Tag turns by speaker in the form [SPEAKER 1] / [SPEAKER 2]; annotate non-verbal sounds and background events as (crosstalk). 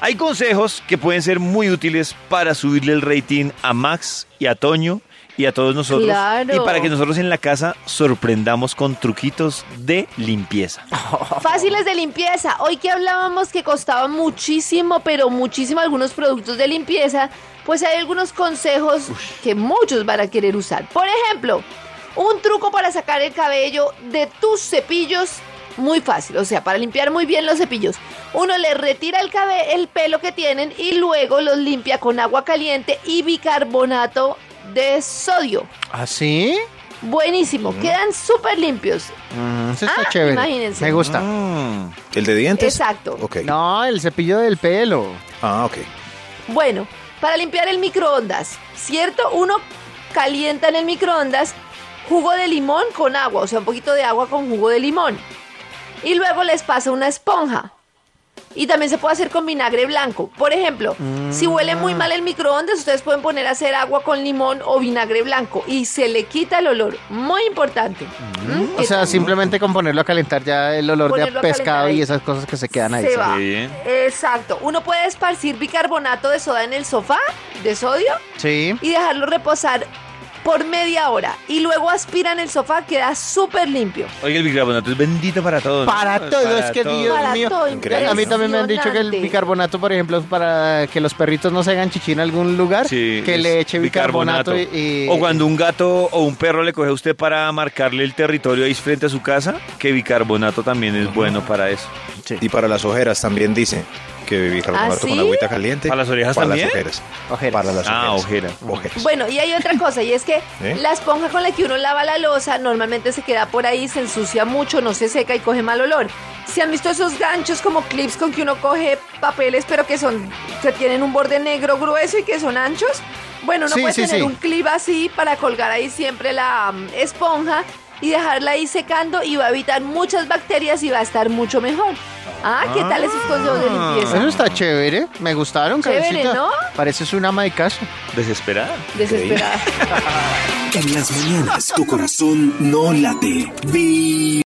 [SPEAKER 1] Hay consejos que pueden ser muy útiles para subirle el rating a Max y a Toño y a todos nosotros.
[SPEAKER 2] Claro.
[SPEAKER 1] Y para que nosotros en la casa sorprendamos con truquitos de limpieza.
[SPEAKER 2] Fáciles de limpieza. Hoy que hablábamos que costaba muchísimo, pero muchísimo algunos productos de limpieza, pues hay algunos consejos que muchos van a querer usar. Por ejemplo, un truco para sacar el cabello de tus cepillos. Muy fácil, o sea, para limpiar muy bien los cepillos. Uno le retira el, cabe- el pelo que tienen y luego los limpia con agua caliente y bicarbonato de sodio.
[SPEAKER 3] ¿Ah, sí?
[SPEAKER 2] Buenísimo, quedan súper limpios.
[SPEAKER 3] Mm, eso está
[SPEAKER 2] Ah,
[SPEAKER 3] chévere.
[SPEAKER 2] imagínense.
[SPEAKER 3] Me gusta.
[SPEAKER 1] Mm.
[SPEAKER 4] ¿El de dientes?
[SPEAKER 2] Exacto.
[SPEAKER 4] Ok.
[SPEAKER 3] No, el cepillo del pelo.
[SPEAKER 4] Ah, ok.
[SPEAKER 2] Bueno, para limpiar el microondas, ¿cierto? Uno calienta en el microondas jugo de limón con agua, o sea, un poquito de agua con jugo de limón. Y luego les pasa una esponja. Y también se puede hacer con vinagre blanco. Por ejemplo, si huele muy mal el microondas, ustedes pueden poner a hacer agua con limón o vinagre blanco y se le quita el olor. Muy importante. ¿Mm?
[SPEAKER 3] O
[SPEAKER 2] Que
[SPEAKER 3] sea, simplemente con ponerlo a calentar ya el olor
[SPEAKER 2] Ponerlo
[SPEAKER 3] de
[SPEAKER 2] a
[SPEAKER 3] pescado
[SPEAKER 2] calentar ahí.
[SPEAKER 3] y esas cosas que se quedan ahí.
[SPEAKER 2] Se
[SPEAKER 3] sí.
[SPEAKER 2] va.
[SPEAKER 1] Sí.
[SPEAKER 2] Exacto. Uno puede esparcir bicarbonato de soda en el sofá, de sodio,
[SPEAKER 3] Sí.
[SPEAKER 2] y dejarlo reposar por media hora. Y luego aspiran el sofá, queda súper limpio.
[SPEAKER 1] Oiga, el bicarbonato es bendito para todos. ¿no?
[SPEAKER 3] Para todo, es que
[SPEAKER 1] todo.
[SPEAKER 3] Dios
[SPEAKER 2] Para
[SPEAKER 3] mío.
[SPEAKER 2] todo,
[SPEAKER 4] Increíble.
[SPEAKER 3] A mí también me han dicho que el
[SPEAKER 2] impresionante.
[SPEAKER 3] bicarbonato, por ejemplo, es para que los perritos no se hagan chichi en algún lugar,
[SPEAKER 1] Sí,
[SPEAKER 3] que
[SPEAKER 1] es
[SPEAKER 3] le eche bicarbonato, y, y-
[SPEAKER 1] O cuando un gato o un perro le coge a usted para marcarle el territorio ahí frente a su casa, que bicarbonato también es bueno para eso.
[SPEAKER 4] Y para las ojeras también dice que bicarbonato
[SPEAKER 2] ¿Ah, sí?
[SPEAKER 4] con agüita caliente.
[SPEAKER 1] ¿Para las orejas
[SPEAKER 4] para
[SPEAKER 1] también?
[SPEAKER 4] Las ojeras.
[SPEAKER 3] Ojeras.
[SPEAKER 4] Para las
[SPEAKER 1] Ah,
[SPEAKER 4] ojeras.
[SPEAKER 1] ojera.
[SPEAKER 4] Ojeras.
[SPEAKER 2] Bueno, y hay otra cosa, y es
[SPEAKER 3] (laughs)
[SPEAKER 2] que
[SPEAKER 4] ¿Eh?
[SPEAKER 2] la esponja con la que uno lava la losa normalmente se queda por ahí, se ensucia mucho, no se seca y coge mal olor. Si han visto esos ganchos como clips con que uno coge papeles, pero que son que tienen un borde negro grueso y que son anchos, bueno, uno
[SPEAKER 3] Sí,
[SPEAKER 2] puede
[SPEAKER 3] sí,
[SPEAKER 2] tener
[SPEAKER 3] sí.
[SPEAKER 2] un clip así para colgar ahí siempre la mm, esponja y dejarla ahí secando y va a evitar muchas bacterias y va a estar mucho mejor. Ah, ¿qué tal esos consejos de
[SPEAKER 3] Eso
[SPEAKER 2] limpieza?
[SPEAKER 3] está chévere, me gustaron,
[SPEAKER 2] Chévere,
[SPEAKER 3] cabecita.
[SPEAKER 2] ¿no?
[SPEAKER 3] Pareces un ama de casa.
[SPEAKER 1] Desesperada.
[SPEAKER 2] Desesperada.
[SPEAKER 5] En las mañanas tu corazón no late. Vibra.